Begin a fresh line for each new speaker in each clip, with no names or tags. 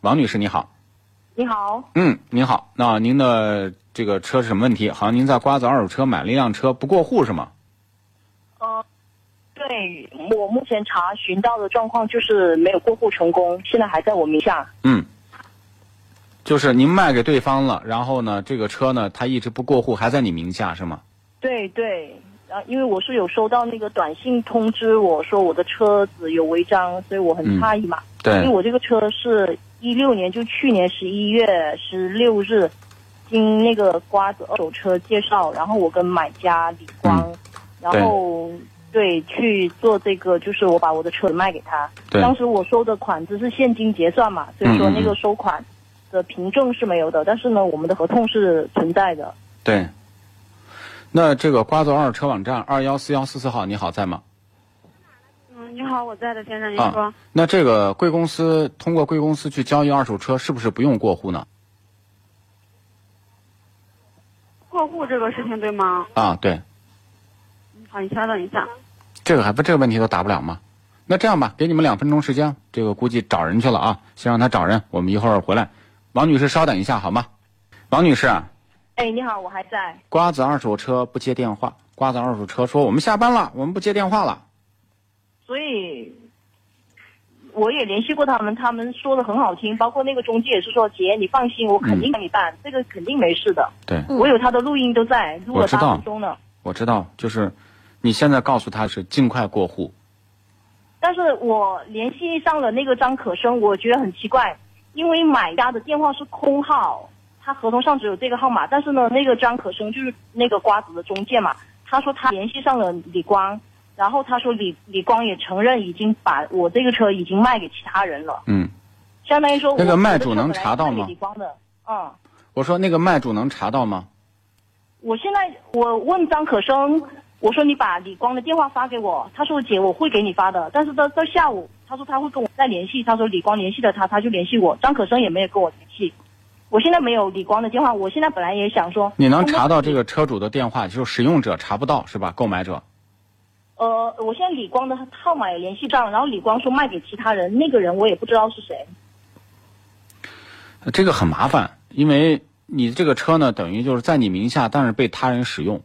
王女士，你好。
你好，
嗯，您好。那您的这个车是什么问题？好像您在瓜子二手车买了一辆车不过户是吗？
呃，对我目前查询到的状况就是没有过户成功，现在还在我名下。
嗯，就是您卖给对方了，然后呢，这个车呢，它一直不过户，还在你名下是吗？
对对，啊，因为我是有收到那个短信通知我说我的车子有违章，所以我很
嗯
诧异嘛。因为
对，
我这个车是一六年，就去年十一月十六日，经那个瓜子二手车介绍，然后我跟买家李光，
嗯
然后对去做这个，就是我把我的车卖给他。
对
当时我收的款只是现金结算嘛，所以说
嗯嗯嗯
那个收款的凭证是没有的，但是呢，我们的合同是存在的。
对。那这个瓜子二手车网站二幺四幺四四号，你好，在吗？
嗯，你好，我在的先生，您
啊
说、
那这个贵公司通过贵公司去交易二手车，是不是不用过户呢？
过户这个事情对吗？
啊，对，
好，你稍等一下。
这个还不这个问题都答不了吗？那这样吧，给你们两分钟时间，这个估计找人去了啊，先让他找人，我们一会儿回来。王女士，稍等一下好吗？王女士啊，
哎，你好，我还在。
瓜子二手车不接电话，瓜子二手车说我们下班了，我们不接电话了。
所以我也联系过他们，他们说的很好听，包括那个中介也是说姐，你放心，我肯定帮你办，这个肯定没事的。
嗯对，
我有他的录音都在，录
我
了
知道
八分钟呢。
我知道，就是你现在告诉他是尽快过户，
但是我联系上了那个张可生，我觉得很奇怪，因为买家的电话是空号，他合同上只有这个号码，但是呢，那个张可生就是那个瓜子的中介嘛，他说他联系上了李光，然后他说李李光也承认已经把我这个车已经卖给其他人了。
嗯，
相当于说我
那个卖主能查到吗
我的车本来是卖给李光的，嗯，
我说那个卖主能查到吗？
我现在我问张可生，我说你把李光的电话发给我，他说姐我会给你发的，但是到到下午他说他会跟我再联系，他说李光联系了他，他就联系我，张可生也没有跟我联系。我现在没有李光的电话，我现在本来也想说，
你能查到这个车主的电话，就是使用者查不到是吧？购买者，
呃，我现在李光的号码也联系上，然后李光说卖给其他人，那个人我也不知道是谁。
这个很麻烦，因为你这个车呢，等于就是在你名下，但是被他人使用，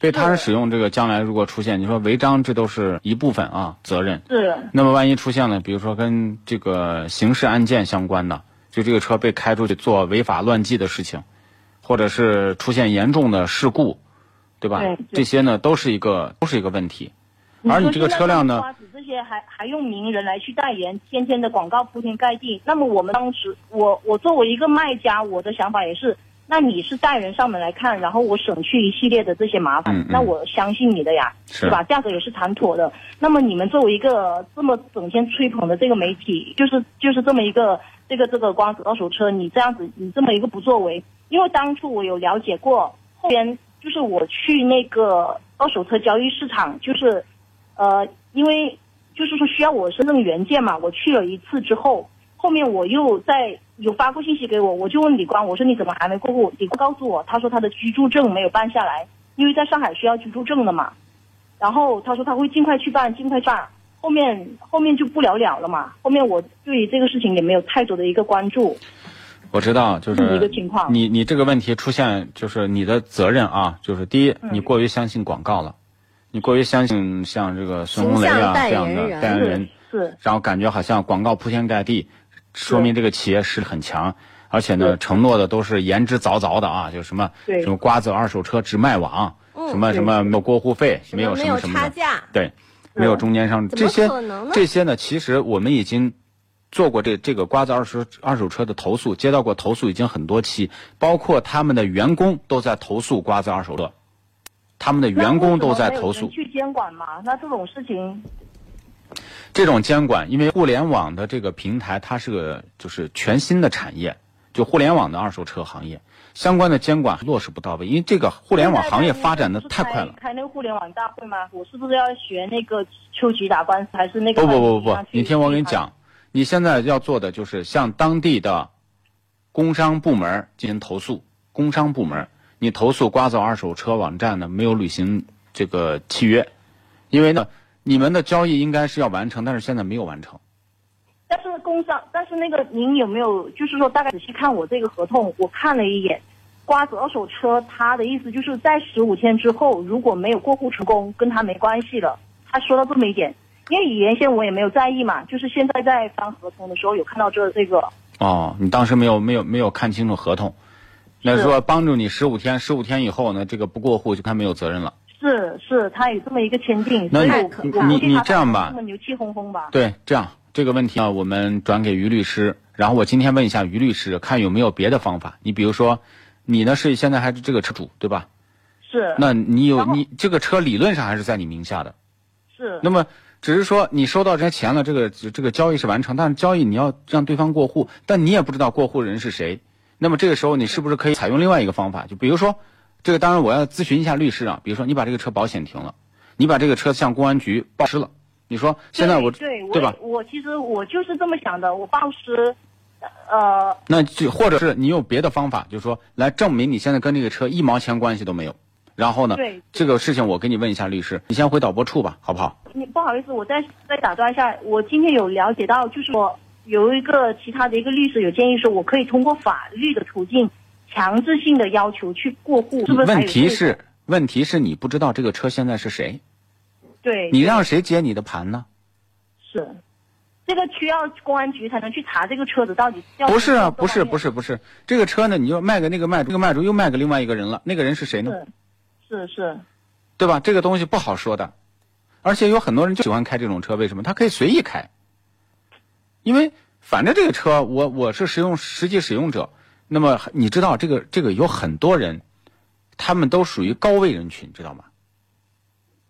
被他人使用，这个将来如果出现，你说违章，这都是一部分啊责任。
是，
那么万一出现了，比如说跟这个刑事案件相关的，就这个车被开出去做违法乱纪的事情，或者是出现严重的事故，对吧？
对对
这些呢都是一个都是一个问题。而你这个车辆呢
嗯你说现在这种瓜子这些还还用名人来去代言，天天的广告铺天盖地。那么我们当时，我我作为一个卖家，我的想法也是，那你是带人上门来看，然后我省去一系列的这些麻烦，
嗯嗯
那我相信你的呀，
是
吧？价格也是谈妥的。那么你们作为一个这么整天吹捧的这个媒体，就是就是这么一个这个这个光子二手车，你这样子，你这么一个不作为，因为当初我有了解过，后边就是我去那个二手车交易市场，就是呃，因为就是说需要我身份证原件嘛，我去了一次之后，后面我又在有发过信息给我，我就问李光，我说你怎么还没过户？李光告诉我，他说他的居住证没有办下来，因为在上海需要居住证的嘛。然后他说他会尽快去办，尽快去办。后面后面就不了了了嘛。后面我对于这个事情也没有太多的一个关注。
我知道，就
这么
是
一个情况
你你这个问题出现，就是你的责任啊，就是第一，
嗯
你过于相信广告了，你过于相信像这个孙红雷
形象
啊
代
这样
言
的
人
代言
是
人，
是，
然后感觉好像广告铺天盖地，说明这个企业实力很强，而且呢，
对
承诺的都是言之凿凿的啊，就什么
对
什么瓜子二手车直卖网，
嗯
什么
对
什么没有过户费，
什
没
么
有
没
什么什么
差
的，
价，
对，没有中间商，
嗯怎
这
么
些
可能呢
这些呢，其实我们已经。做过这这个瓜子二手二手车的投诉，接到过投诉已经很多期，包括他们的员工都在投诉瓜子二手车，他们的员工都在投
那为什么没有人。
诉
去监管嘛？那这种事情
这种监管，因为互联网的这个平台，它是个就是全新的产业，就互联网的二手车行业相关的监管落实不到位，因为这个互
互
联网行业发展的太快了。
开开那个互联网大会吗？我是不是要学那个秋菊打官司，还是那个？
不不不不不，你听我跟你，讲，啊你现在要做的就是向当地的工商部门儿进行投诉。工商部门儿，你投诉刮走二手车网站呢没有履行这个契约，因为呢你们的交易应该是要完成，但是现在没有完成。
但是工商，但是那个您有没有就是说大概仔细看我这个合同？我看了一眼，瓜子二手车，他的意思就是在十五天之后，如果没有过户成功，跟他没关系了。他说到这么一点，因为原先我也没有在意嘛，就是现在在翻合同的时候有看到这这个，
哦，你当时没有没有没有看清楚合同，那
是
说帮助你十五天，十五天以后呢，这个不过户就看没有责任了。
是是，他有这么一个签订，所
那
以
你
我可我
你
估计
你
他
这样吧
这么牛气哄哄吧？
对，这样这个问题啊，我们转给于律师，然后我今天问一下于律师，看有没有别的方法。你比如说，你呢是现在还是这个车主对吧？
是
那你有
然后
你这个车理论上还是在你名下的，
是
那么只是说你收到这些钱了，这个这个交易是完成，但是交易你要让对方过户，但你也不知道过户人是谁。那么这个时候你是不是可以采用另外一个方法？就比如说，这个当然我要咨询一下律师啊，比如说你把这个车保险停了，你把这个车向公安局报失了，你说现在我
对对
吧？
我我其实我就是这么想的，我报失，呃，
那就或者是你有别的方法，就是说来证明你现在跟这个车一毛钱关系都没有。然后呢
对对，
这个事情我给你问一下律师，你先回导播处吧，好不好？
你不好意思，我再再打断一下，我今天有了解到，就是我有一个其他的一个律师有建议说，我可以通过法律的途径，强制性的要求去过户，是不是还有
问题
这个
是，问题是你不知道这个车现在是谁，
对，
你让谁接你的盘呢？
是这个需要公安局才能去查这个车子到底
不是啊，不是，不
是
是，不是，这个车呢，你就卖给那个卖主，这个卖主又卖给另外一个人了，那个人是谁呢？
是是是
对吧？这个东西不好说的，而且有很多人就喜欢开这种车，为什么？他可以随意开，因为反正这个车我我是使用实际使用者，那么你知道这个这个有很多人，他们都属于高危人群，知道吗？